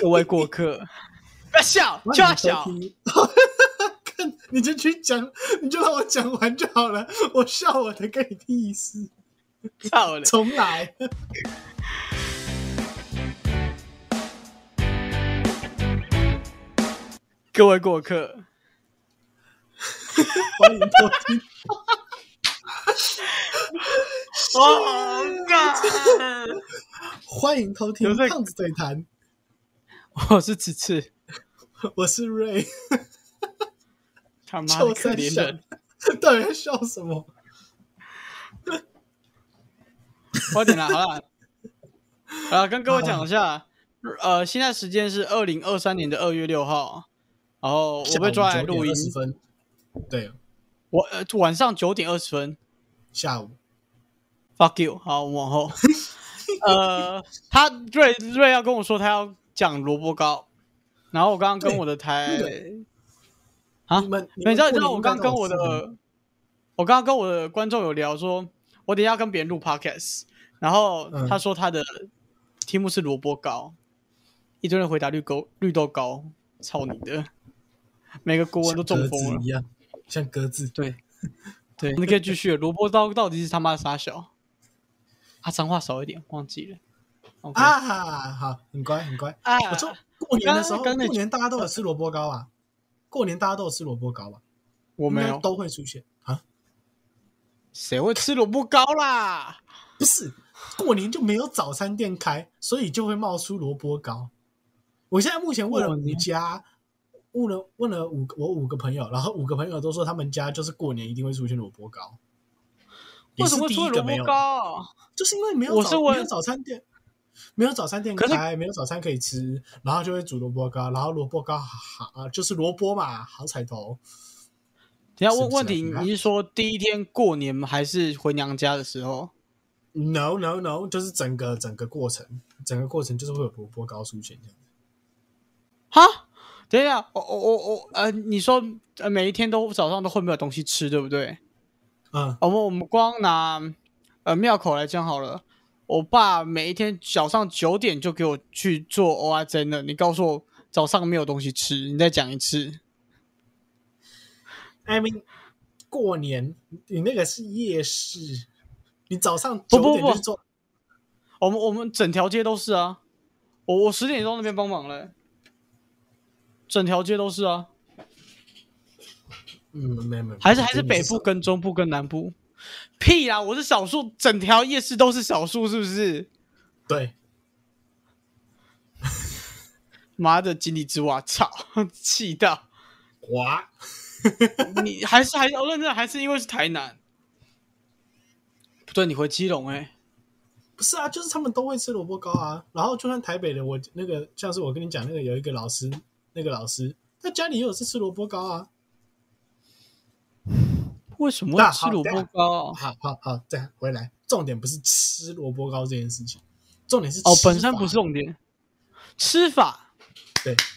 各位过客，不要笑，就要笑。看 你就去讲，你就让我讲完就好了。我笑我的，跟你屁事。操了！重来。各位过客，欢迎收听。哦，干！欢迎偷听有在胖子对谈，我是此次我是瑞，他妈就的可在怜想人，， 到底在笑什么？快点啦，好啦，好啦，跟各位讲一下，呃，现在时间是二零二三年的二月六号，然后我被抓来录音，十分，对，我呃晚上九点二十分下午，fuck you，好，我往后， 呃，他瑞瑞要跟我说他要讲萝卜糕，然后我刚刚跟我的台对啊你，们你知道，你知道过年我应该刚刚跟我的都有吃吗，我刚刚跟我的观众有聊说，我等一下跟别人录 podcast，然后嗯他说他的题目是萝卜糕，一堆人回答绿沟绿豆糕，操你的，每个国文都中像鸽风了子一。样，像鸽子。对，对，你可以继续了。萝卜糕到底是他妈的啥小？啊，脏话少一点，忘记了。OK 啊，好，很乖，很乖。啊，我说过年的时候，刚刚那过年大家都有吃萝卜糕啊，过年大家都有吃萝卜糕吧？啊我没应该有，都会出现啊，谁会吃萝卜糕啦？不是过年就没有早餐店开，所以就会冒出萝卜糕。我现在目前问了过五年家，问了问了五个我五个朋友，然后五个朋友都说他们家就是过年一定会出现萝卜糕。你为什是么会第出一萝个没卜有？糕？就是因为没有我早是问没有早餐店，没有早餐店可是开，没有早餐可以吃，然后就会煮萝卜糕，然后萝卜糕好就是萝卜嘛，好彩头。等一是啊下问不问是题，很难你是说第一天过年还是回娘家的时候？ No no no，就是整个整个过程，整个过程就是会有萝卜糕出现这样。哈，等一下，我我我我呃，你说呃每一天都早上都会没有东西吃，对不对？哦嗯，我们我们光拿呃庙口来讲好了，我爸每一天早上九点就给我去做 O R 针了。你告诉我早上没有东西吃，你再讲一次。 I mean，过年你那个是夜市，你早上不九不点不就去做，我们我们整条街都是啊，我我十点钟那边帮忙了欸、整条街都是啊。嗯，没有没有，还是还是你北部跟中部跟南部？屁啦！我是少数，整条夜市都是少数，是不是？对，妈的，井底之蛙，操！气到哇，你还是还是我认真的，还是因为是台南？不对，你回基隆哎、不是啊，就是他们都会吃萝卜糕啊。然后就算台北的，我那个像是我跟你讲那个有一个老师，那个老师他家里也有是吃萝卜糕啊。为什么那会好吃萝卜糕？啊好好好，这样回来，重点不是吃萝卜糕这件事情，重点是哦吃，本身法不是重点，吃法对。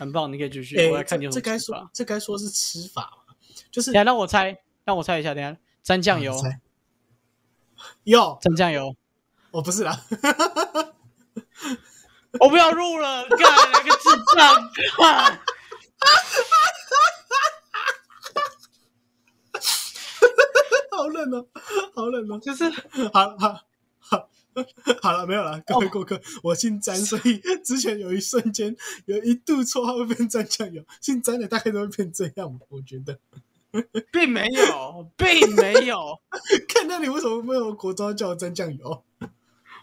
很棒，你可以继续。哎、我来看你有什这么该吃说法。这该说是吃法嘛，就是等一下让我猜，让我猜一下，等一下沾酱油 啊，猜哟，沾酱油。哦不是啦，我不要录了，干来个智障！干好冷哦，好冷哦，就是 好好好好了，没有了，各哦位顾客，我姓詹，所 以之前有一瞬间有一度绰号会变詹酱油，姓詹的大概都会变这样吧，我觉得。并没有，并没有，看到你为什么没有国中要叫我沾酱油？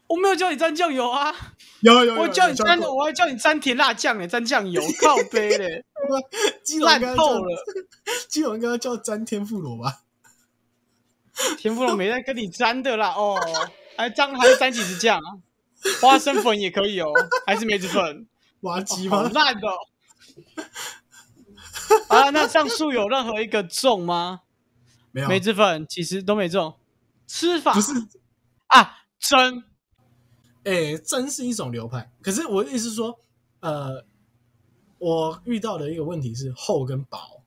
我没有叫你沾酱油啊，有有有有，我叫你有沾，过我还叫你沾甜辣酱嘞，沾酱油，靠杯 嘞，基隆烂应该透叫了。基隆应该叫沾天妇罗吧？田馥甄没在跟你沾的啦，哦，还沾还沾几支酱啊？花生粉也可以哦，还是梅子粉？挖机好吗？烂的、哦。啊，那上述有任何一个中吗？没有，梅子粉其实都没中，吃法不是，啊，蒸哎，蒸是一种流派，可是我的意思是说，呃，我遇到的一个问题是厚跟薄，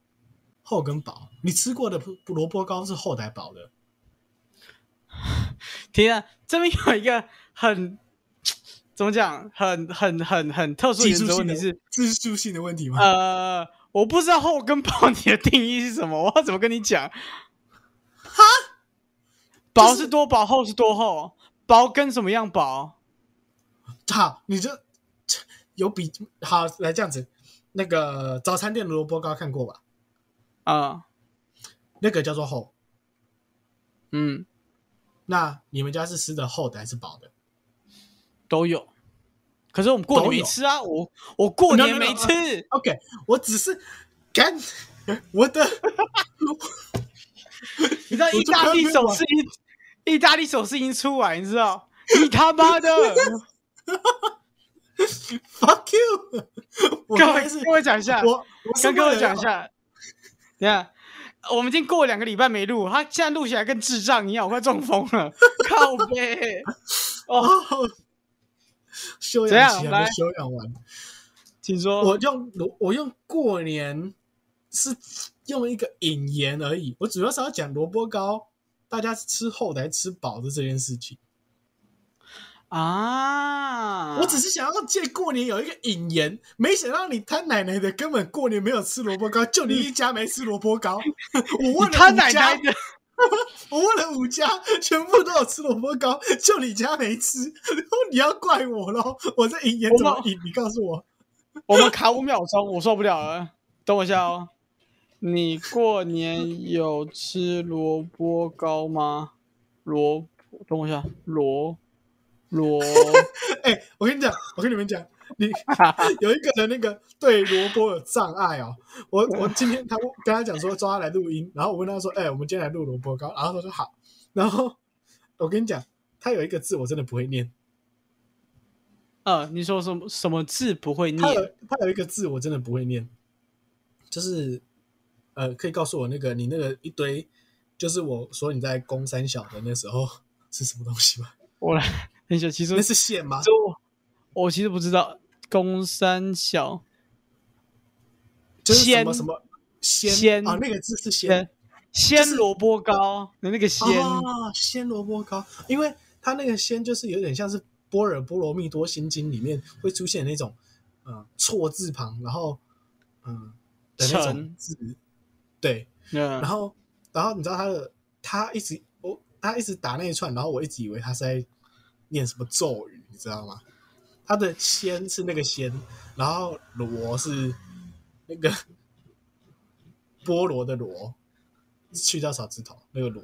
厚跟薄，你吃过的不不萝卜糕是厚的还薄的？天啊，这边有一个很怎么讲，很很很很特殊技原术则性问的题是，技术性的问题吗？ 呃，我不知道后跟保你的定义是什么， 我要怎么跟你讲？哈，薄是多薄，厚是多厚，薄跟什么样薄？好，你就有比好来这样子，那个早餐店的萝卜糕看过吧？啊、那个叫做厚。嗯，那你们家是吃的厚的还是薄的？都有。可是我们过年都有没吃啊，我我过年 No, no, no, 没吃。 OK，我只是干我的， 你知道意大利手势一，意大利手势已经出来，你知道？你他妈的！ fuck you！我 各还位是各位讲一下，我我哦是跟各为位了讲一，下，等一下，啊我们已经过两个礼拜没录，他现在录起来跟智障一样，我快中风 了，靠背。哦，哦，修怎养样期还来哦没修养完，请说。我用我用过年是用一个引言而已，我主要是要讲萝卜糕，大家是吃厚的还是吃薄的这件事情。啊，我只是想要借过年有一个引言，没想到你他奶奶的根本过年没有吃萝卜糕，就你一家没吃萝卜糕。我嗯问了他五奶家奶的，我问了五家，全部都有吃萝卜糕，就你家没吃， 然后你要怪我喽？我这引言我怎么冒引？你告诉我，我们卡五秒钟，我受不了了，等我一下哦。你过年有吃萝卜糕吗？萝，等我一下，萝 萝，哎、我跟你讲，我跟你们讲，你有一个人那个对萝卜有障碍哦。我我今天他跟他讲说抓他来录音，然后我问他说，哎、我们今天来录萝卜糕，然后他说好，然后我跟你讲，他有一个字我真的不会念。呃，你说什么什么字不会他念？有他有一个字我真的不会念，就是呃，可以告诉我那个你那个一堆，就是我说你在攻三小的那时候是什么东西吗？我来，等一下，其实那是线吗？这我我其实不知道，宫三小就是什么鲜什么鲜鲜啊？那个字是鲜鲜鲜萝卜糕的那个鲜，啊，鲜萝卜糕，因为它那个鲜就是有点像是《般若波罗蜜多心经》里面会出现那种呃错字旁，然后嗯、的那种成字，对，嗯然后然后你知道他的他一直我他一直打那一串，然后我一直以为他是在念什么咒语，你知道吗？他的仙是那个仙，然后罗是那个 菠萝的罗，去掉草字头那个罗，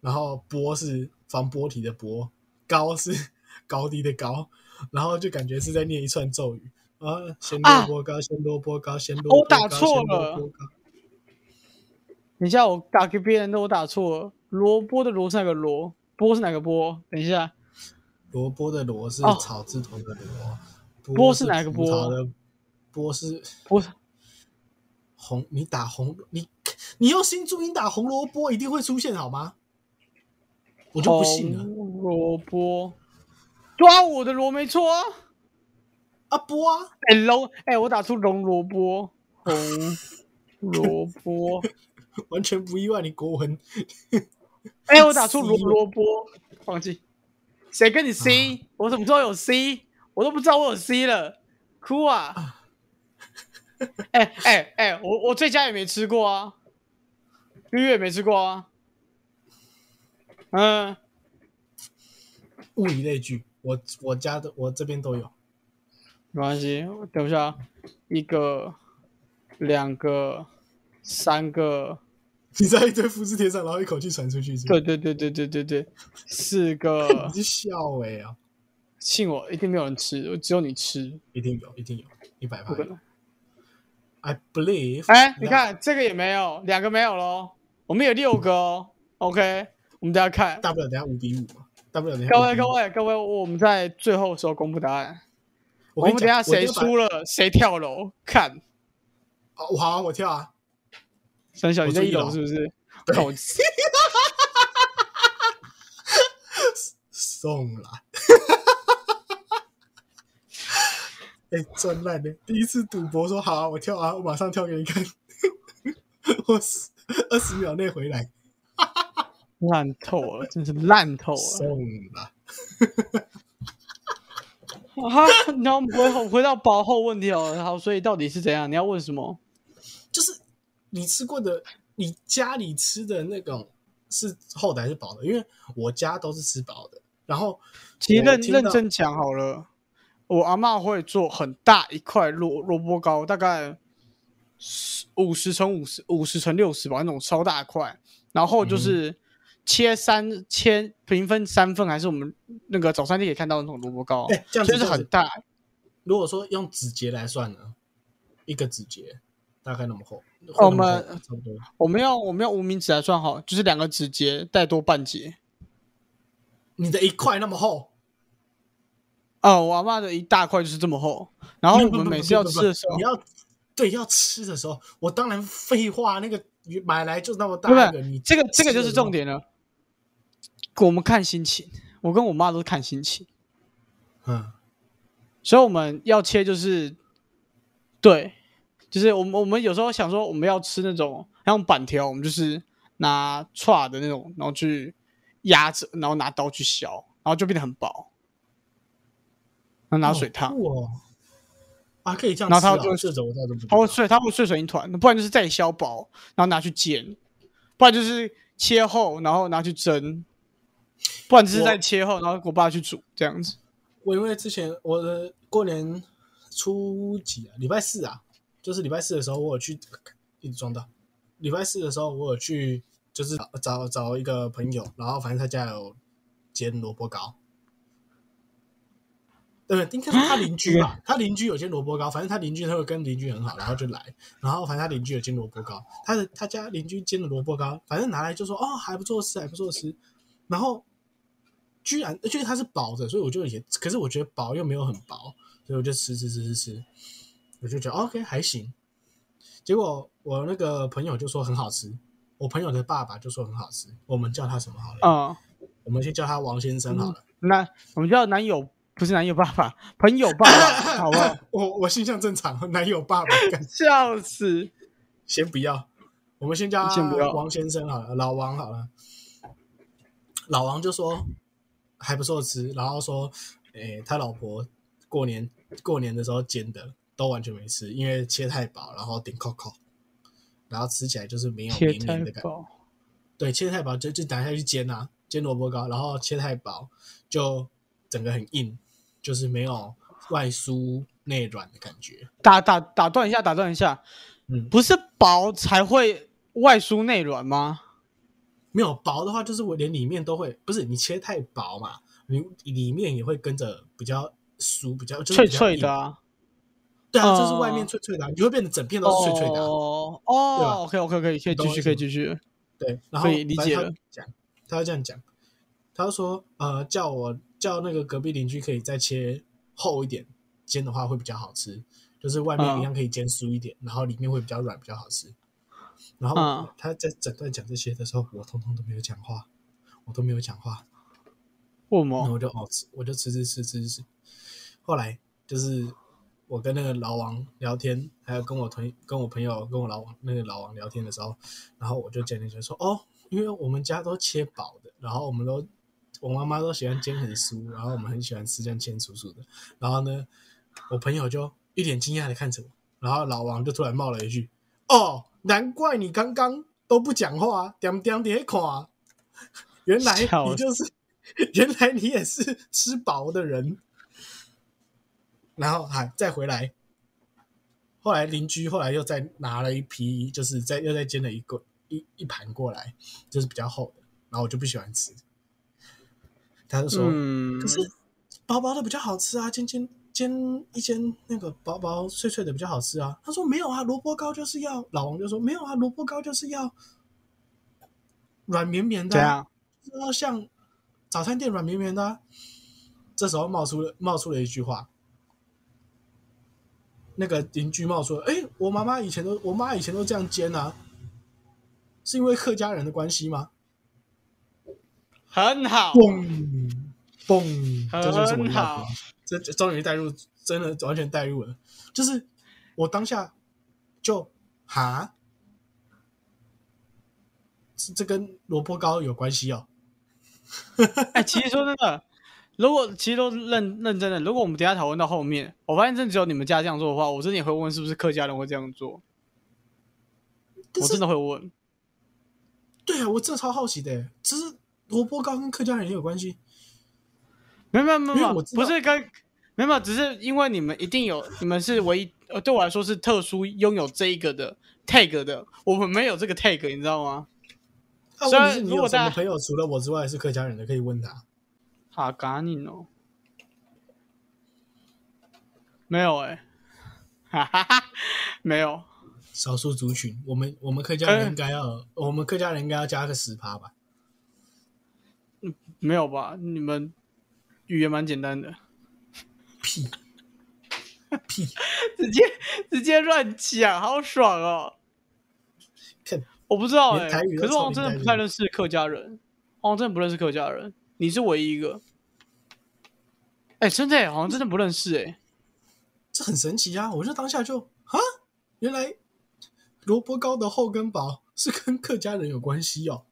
然后波是防波堤的波，高是高低的高，然后就感觉是在念一串咒语。啊，先啊萝卜糕，先萝卜糕，先萝卜打糕，错先萝了卜糕。等一下我打给别人的，我打错了，萝卜的萝是哪个萝？波是哪个波？等一下，萝卜的萝是哦草字头的萝，波是哪个葡波萄的波是波是红，你打红，你你用新注音打红萝卜一定会出现好吗？我就不信了红萝卜，抓我的萝没错啊！啊波啊， 哎龙，哎我打出龙萝卜，红萝卜，完全不意外，你国文哎我打出死龙我萝卜，忘记，谁跟你 C？我怎么知道有 C？我都不知道我有 C 了，哭啊！哎哎哎，我我在家也没吃过啊，月月也没吃过啊，嗯，物以类聚，我我家的我这边都有，没关系，我等一下啊，一个，两个，三个，你在一堆复制贴上，然后一口气传出去是不对是，对对对对对对，四个 你，是笑哎、啊，信我，一定没有人吃，只有你吃，一定有，一定有，一百趴不可能有。I believe，哎，那你看这个也没有，两个没有喽，我们有六个哦，OK，我们等一下看，大不了等下五比五嘛，大不了等下各5位比五各位各位，我们在最后的时候公布答案，我我跟们你等一下讲谁？我一定要输了谁跳楼，看，把哦，好啊，我跳啊！沈小我你在住一一楼楼是不是？看我送啦！ 哎、赚烂的！第一次赌博说好啊，我跳啊，我马上跳给你看， 我二十秒内回来， 啊烂透了，真是烂透了。送啦！哈，那我们回回到薄厚问题好了，好，所以到底是怎样？你要问什么？就是你吃过的，你家里吃的那种是厚的还是薄的？因为我家都是吃薄的。然后其实我认听到认真讲好了，我阿嬷会做很大一块萝萝卜糕，大概五十乘五十五十乘六十吧，那种超大块。然后嗯就是切三、切平分三份，还是我们那个早餐店也看到的那种萝卜糕，哎、这样子就是这样很子大。如果说用指节来算呢，一个指节大概那么厚，哦我或那么们厚差不多。我们要我们要无名指来算好，就是两个指节带多半节。你的一块那么厚，哦，我阿嬷的一大块就是这么厚。然后我不不们不每不次要不吃不的时候你，要对要吃的时候，我当然废话，那个鱼买来就那么大不一不个，你这个吃这个就了是之后重。点了。我们看心情，我跟我妈都是看心情，嗯，所以我们要切就是，对，就是我们我们有时候想说我们要吃那种像板条，我们就是拿串的那种，然后去压着，然后拿刀去削，然后就变得很薄，然后拿水烫，哇、哦，啊，可以这样吃、然啊。后它就这种我倒是不知道它会碎，它会碎成一团，不然就是再削薄，然后拿去煎，不然就是切厚，然后拿去蒸，不然就是我再切厚，然后我爸去煮这样子。我因为之前我的过年初几啊，礼拜四啊，就是礼拜四的时候，我有去一直撞到。礼拜四的时候，我有去就是找找一个朋友，然后反正他家有煎萝卜糕，对不对？应该是他邻居吧，他邻居有煎萝卜糕，反正他邻居他会跟邻居很好，然后就来，然后反正他邻居有煎萝卜糕，他的他家邻居煎的萝卜糕，反正拿来就说哦还不错吃，还不错吃，然后居然而且它是薄的，所以我就也，可是我觉得薄又没有很薄，所以我就吃吃吃吃吃，我就觉得哦 OK 还行。结果我那个朋友就说很好吃，我朋友的爸爸就说很好吃，我们叫他什么好了？嗯，我们先叫他王先生好了。那我们叫男友不是男友爸爸，朋友爸爸，好不 好？我我性向正常，男友爸爸，干笑死！先不要，我们先叫他先不要王先生好了，老王好了。老王就说还不错吃，然后说，诶、他老婆过年过年的时候煎的，都完全没吃，因为切太薄，然后顶扣扣，然后吃起来就是没有切绵太绵的感觉。薄，对，切太薄就就拿下去煎啊，煎萝卜糕，然后切太薄就整个很硬，就是没有外酥内软的感觉。打打打断一下，打断一下，嗯，不是薄才会外酥内软吗？没有薄的话，就是我连里面都会，不是你切太薄嘛，你里面也会跟着比较酥，比较就是脆比较脆的硬啊，对啊，嗯就是外面脆脆的啊，你会变得整片都是脆脆的啊、哦对吧哦，OK OK 可以，可以懂继我续，意思可以吗继续。对，然后可以理解反了正他讲，他要这样讲，他就说呃，叫我叫那个隔壁邻居可以再切厚一点，煎的话会比较好吃，就是外面嗯一样可以煎酥一点，然后里面会比较软，比较好吃。然嗯后他在整段讲这些的时候，我通通都没有讲话，我都没有讲话，为什然后么？我就哦吃，我就吃吃吃吃吃。后来就是我跟那个老王聊天，还有跟我朋跟我朋友跟我老王那个老王聊天的时候，然后我就简单就说哦，因为我们家都切薄的，然后我们都我妈妈都喜欢煎很酥，然后我们很喜欢吃这样煎酥酥的。然后呢，我朋友就一脸惊讶的看着我，然后老王就突然冒了一句：“哦，难怪你刚刚都不讲话，点点点看啊，原来笑你就是， 原来你也是吃薄的人。”然后还再回来，后来邻居后来又再拿了一批，就是再又再煎了一个一一盘过来，就是比较厚的，然后我就不喜欢吃。他就说：“嗯，可是薄薄的比较好吃啊，煎煎煎一煎那个薄薄脆脆的比较好吃啊。他说没有啊，萝卜糕就是要老王就说没有啊，萝卜糕就是要软绵绵怎的、啊，样？就是要像早餐店软绵绵的、啊。这时候冒出了冒出了一句话，那个邻居冒出了，哎、我妈妈以前都我妈以前都这样煎啊，是因为客家人的关系吗？很好，嘣嘣，这就是嗯我很要的好。啊这这终于带入，真的完全带入了。就是我当下就哈，这这跟萝卜糕有关系哦。哎，其实说真的，如果其实都认认真的，如果我们等一下讨论到后面，我发现真的只有你们家这样做的话，我真的也会问是不是客家人会这样做，但我真是的会问。对啊，我真的超好奇的欸，只是萝卜糕跟客家人也有关系。没有没有没有没因为有我，知不道是跟没有没有，只是因为你们一定有，你们是唯一，呃，对我来说是特殊拥有这一个的 tag 的，我们没有这个 tag，你知道吗？那虽啊问然题是你如有果什大么家朋友除了我之外是客家人的，可啊以问他。哈嘎尼哦，没有哎、 哈哈哈，没有。少数族群，我们我们客家嗯人应该要，我们客家人应该要加个十趴吧？没有吧？你们语言蛮简单的， 屁屁，直接直接乱讲，好爽哦！看我不知道哎、连台语都可是我好像超真级的不太单纯认识客家人，我好像真的不认识客家人，你是唯一一个。哎、真的、欸，好像真的不认识哎、这很神奇啊！我就当下就啊，原来萝卜糕的后根堡是跟客家人有关系哦。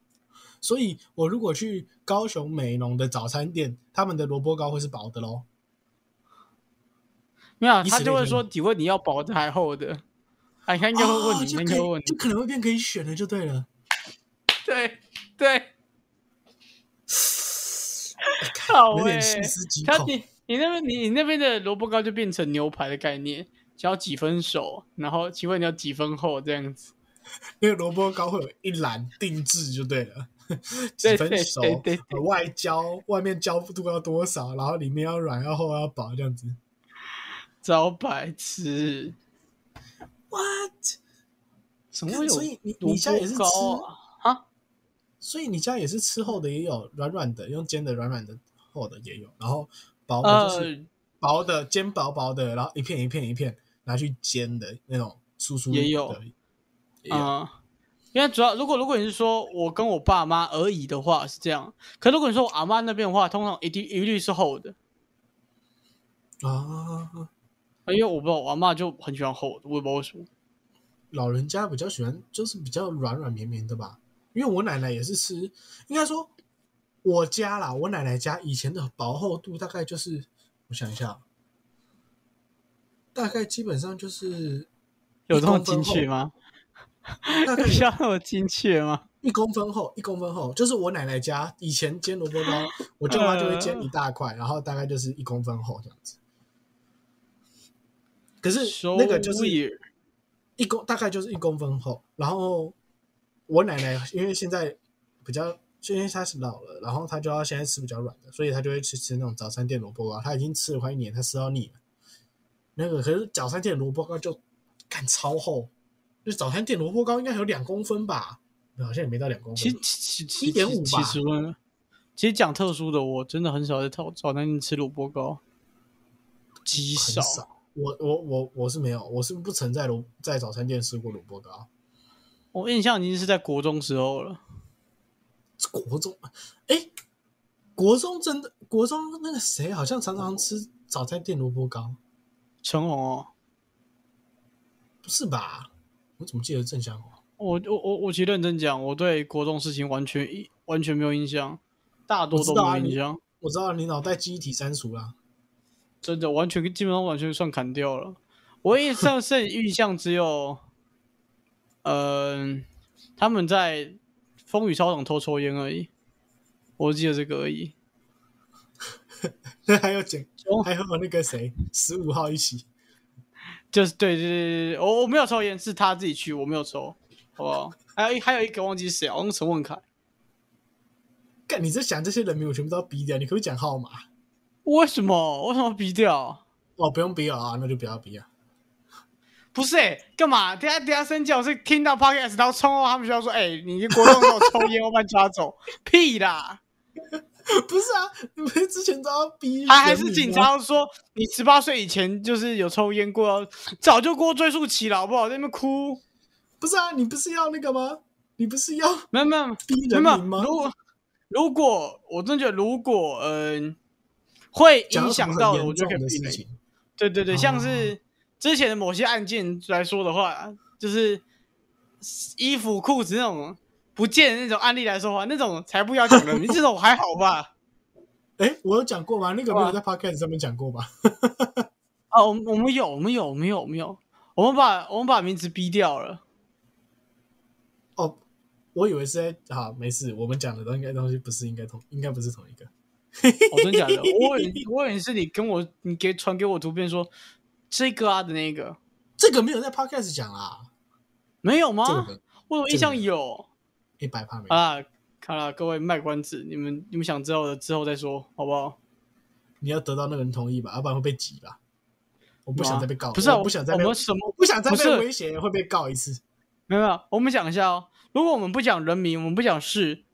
所以我如果去高雄美浓的早餐店，他们的萝卜糕会是薄的喽。没有啊，以他此就类会推说吗你问你要薄的还厚的，啊，他应该会问哦你，就应可该以会问就你，可能会变可以选了，就对了。对对，好有哎、点细思极他恐。你你那边你你那边的萝卜糕就变成牛排的概念，只要几分熟，然后请问你要几分厚这样子？那个萝卜糕会有一篮定制就对了，几对分对熟对对，呃外焦外面焦度要多少，然后里面要软要厚要薄这样子。招白痴， What？怎么会有所以你萝你家也是卜吃，糕啊？啊所以你家也是吃厚的也有，软软的用煎的软软的厚的也有，然后薄的就是呃，薄的煎薄薄的，然后一片一片一片拿去煎的那种酥酥也有的也有嗯，因为主要如果如果你是说我跟我爸妈而已的话是这样，可如果你说我阿妈那边的话，通常一定一律是厚的，啊。因为我不知道我阿妈就很喜欢厚的，我也不知道为什么。老人家比较喜欢，就是比较软软绵绵的吧。因为我奶奶也是吃，应该说我家啦，我奶奶家以前的薄厚度大概就是，我想一下，大概基本上就是有这么一公分精确厚 吗？大概 有有需要那么精确吗？一公分厚，一公分厚，就是我奶奶家以前煎萝卜糕，我舅妈就会煎一大块，然后大概就是一公分厚这样子。可是 So 那个就是 weird 一公大概就是一公分厚。然后我奶奶因为现在比较，因为她是老了，然后她就要现在吃比较软的，所以她就会去吃那种早餐店萝卜糕。她已经吃了快一年，她吃到腻了。那个可是早餐店萝卜糕就干超厚，就早餐店萝卜糕应该有两公分吧，好像也没到两公分。其实其其1.5其吧其实问，其实讲特殊的，我真的很少在早早餐店吃萝卜糕，极很少。我我我我是没有，我是不曾在萝在早餐店吃过萝卜糕。我印象已经是在国中时候了。这国中，哎，国中真的国中那个谁好像常常吃早餐店萝卜糕，陈红哦，不是吧？我怎么记得郑祥华？我我我我其实认真讲，我对国中事情完全一完全没有印象，大多我知都道啊没有印你象，我知道你脑袋记忆体删除啦。 真的完全基本上完全算砍掉了。我印 象剩印象只有，嗯、他们在风雨操场偷抽烟而已，我记得这个而已。还有简中，还有那个谁，十五号一起。就是对对对对对，我我没有抽烟，是他自己去，我没有抽，好不好？还有一还有一个忘记是谁，好像陈文凯。干，你在想这些人名，我全部都要逼掉。你可不可以讲号码？为什么？为什么逼掉？哦，不用逼了 啊，那就不要逼啊。不是哎、干嘛？等下等下生气，我是听到 podcast，然后冲到他们学校说：“哎、你国中给我抽烟，我把你抓走。” 屁啦！不是啊，你们之前都要逼人名啊，还还是警察说你十八岁以前就是有抽烟过哦，早就过追溯期了，好不好？在那边哭，不是啊，你不是要那个吗？你不是要没有没有，逼没有人没名有吗？如果如果我真的觉得如果嗯、会讲影什响么很到的，严我就可以重的避事免。情，对对对，像哦是之前的某些案件来说的话，就是衣服、裤子那 种不见的那种案例来说的话，那种才不要讲人名，这种还好吧？哎，我有讲过吗？那个没有哇在 podcast 上面讲过吧？啊，我们我们有，我们有，我们有，我们有，我们把我们把名字逼掉了。哦，我以为是在好，没事，我们讲的东应该东西不是应该同，应该不是同一个。哦，真的 假的？我以为我以为是你跟我你给传给我图片说这个啊的那个，这个没有在 podcast 讲啦，没有这吗？个我有印象有一百趴没有。啊。好了，各位卖关子，你们你们想知道的之后再说，好不好？你要得到那个人同意吧，啊要不然会被挤吧。我不想再被告，不是、啊，我不想再我被，们什么我不想再不是被威胁，会被告一次。没有没有，我们讲一下哦。如果我们不讲人名，我们不讲事，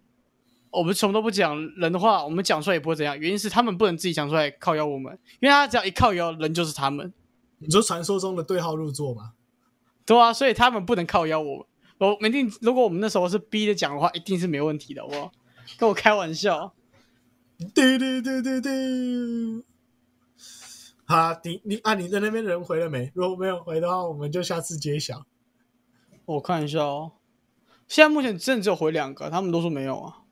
我们什么都不讲人的话，我们讲出来也不会怎样。原因是他们不能自己讲出来靠邀我们，因为他只要一靠邀，人就是他们，你说传说中的对号入座吗？对啊，所以他们不能靠邀我们。我们一定，如果我们那时候是逼着讲的话，一定是没问题的，好不好？跟我开玩笑，对对对对对。好啊，你你啊，你在那边人回了没？如果没有回的话，我们就下次揭晓。我看一下哦。现在目前真的只有回两个，他们都说没有啊。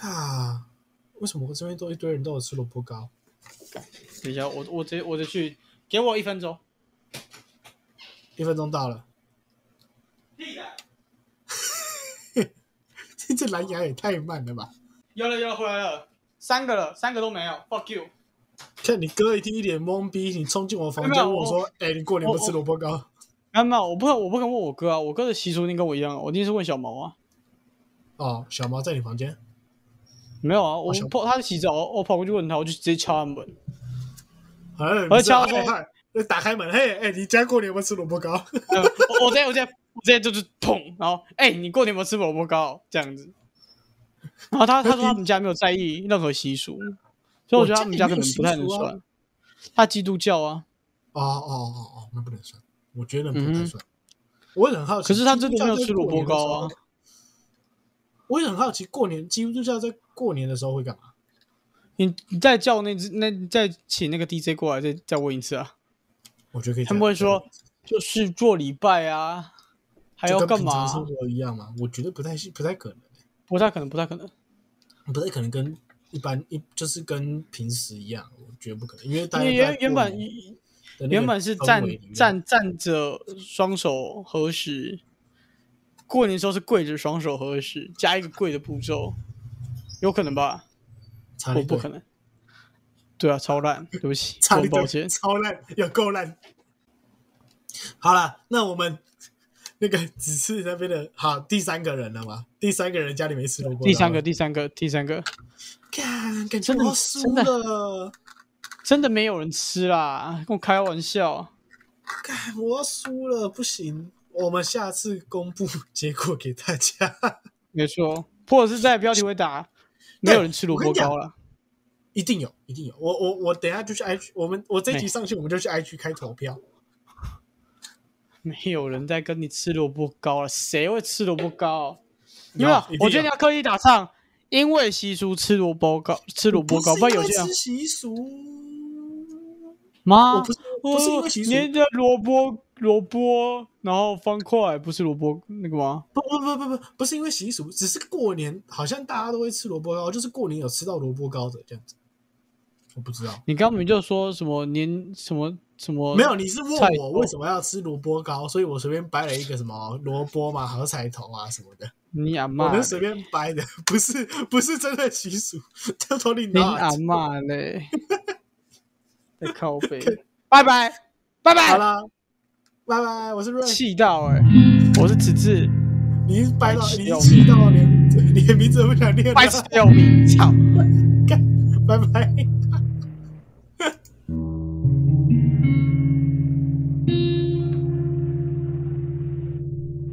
啊，为什么我这边都一堆人都有吃萝卜糕？等一下，我我直接我直接去，给我一分钟。一分钟到了， 这这蓝牙也太慢了吧！有了有了，回来了，三个了，三个都没有，fuck you。看你哥一定一脸懵逼，你冲进我房没有间问我我说：“哎、你过年不吃萝卜糕没有没有，我不我不敢问我哥啊，我哥的习俗一定跟我一样啊，我一定是问小毛啊。？”哦，小毛在你房间，没有啊，我哦小毛跑他洗澡，我跑过去问他，我就直接敲他门。哎，我你在知道敲门哎嗨那打开门，嘿，哎，你家过年有没有吃萝卜糕？ 哦呃我我直接我直接我直接就是砰，然后哎、你过年有没有吃萝卜糕这样子？然后他他说他们家没有在意任何习俗，所以我觉得他们家可能不太能我家也没有习俗算啊。他基督教啊，哦哦哦哦，那不能算，我觉得不太算。我也很好奇，嗯可是他真的没有基吃督教萝在过卜年的时糕候啊。我也很好奇，过年基督教在过年的时候会干嘛？你你再叫那只那你再请那个 DJ 过来再再问一次啊，我觉得可以这样。他们会说就是做礼拜啊，还就要跟干平嘛常啊、生活一样吗？我觉得不太不太可能。不太可能，不太可能。不太可能跟一般一就是跟平时一样，我觉得不可能，因为大家因为原在原过本年的那个原本是氛站围里面站站着双手合十，过年时候是跪着双手合十，加一个跪的步骤，有可能吧？差我一不顿可能。对啊，超烂，对不起， 差我一很抱顿歉。超烂，有够烂。好了，那我们 那个只是那边的好第三个人了嘛？第三个人家里没吃萝卜糕，第三个，第三个，第三个，干，感觉真的我输真的了，真的没有人吃啦，跟我开玩笑。干，我要输了，不行，我们下次公布结果给大家。没错，或者是在标题会打，没有人吃萝卜糕了。一定有，一定有。我我我等一下就去 IG，我们我这一集没上去我们就去 IG 开投票。没有人在跟你吃萝卜糕了，谁会吃萝卜糕？有因为啊一定我觉得有你要刻意打上，因为习俗吃萝卜糕，吃萝卜糕，不不然是因有为些人啊吃习俗，妈，我不是不是因为习俗，你的萝卜萝卜，然后方块不是萝卜那个吗？不不不不不，不是因为习俗，只是过年好像大家都会吃萝卜糕，就是过年有吃到萝卜糕的这样子。我不知道，你刚本就说什么年什么什么没有，你是问菜我为什么要吃萝卜糕，所以我随便掰了一个什么萝卜嘛、和彩头啊什么的，你阿我妈能，随便掰的，不是不是真的习俗， 就从你你那阿妈 嘞，在靠背，拜拜拜好拜，啦，拜拜，我是瑞，气到哎、我是子志，你掰到白痴你哦气 到连连名字都不想念了白，痴哦你，操！拜拜。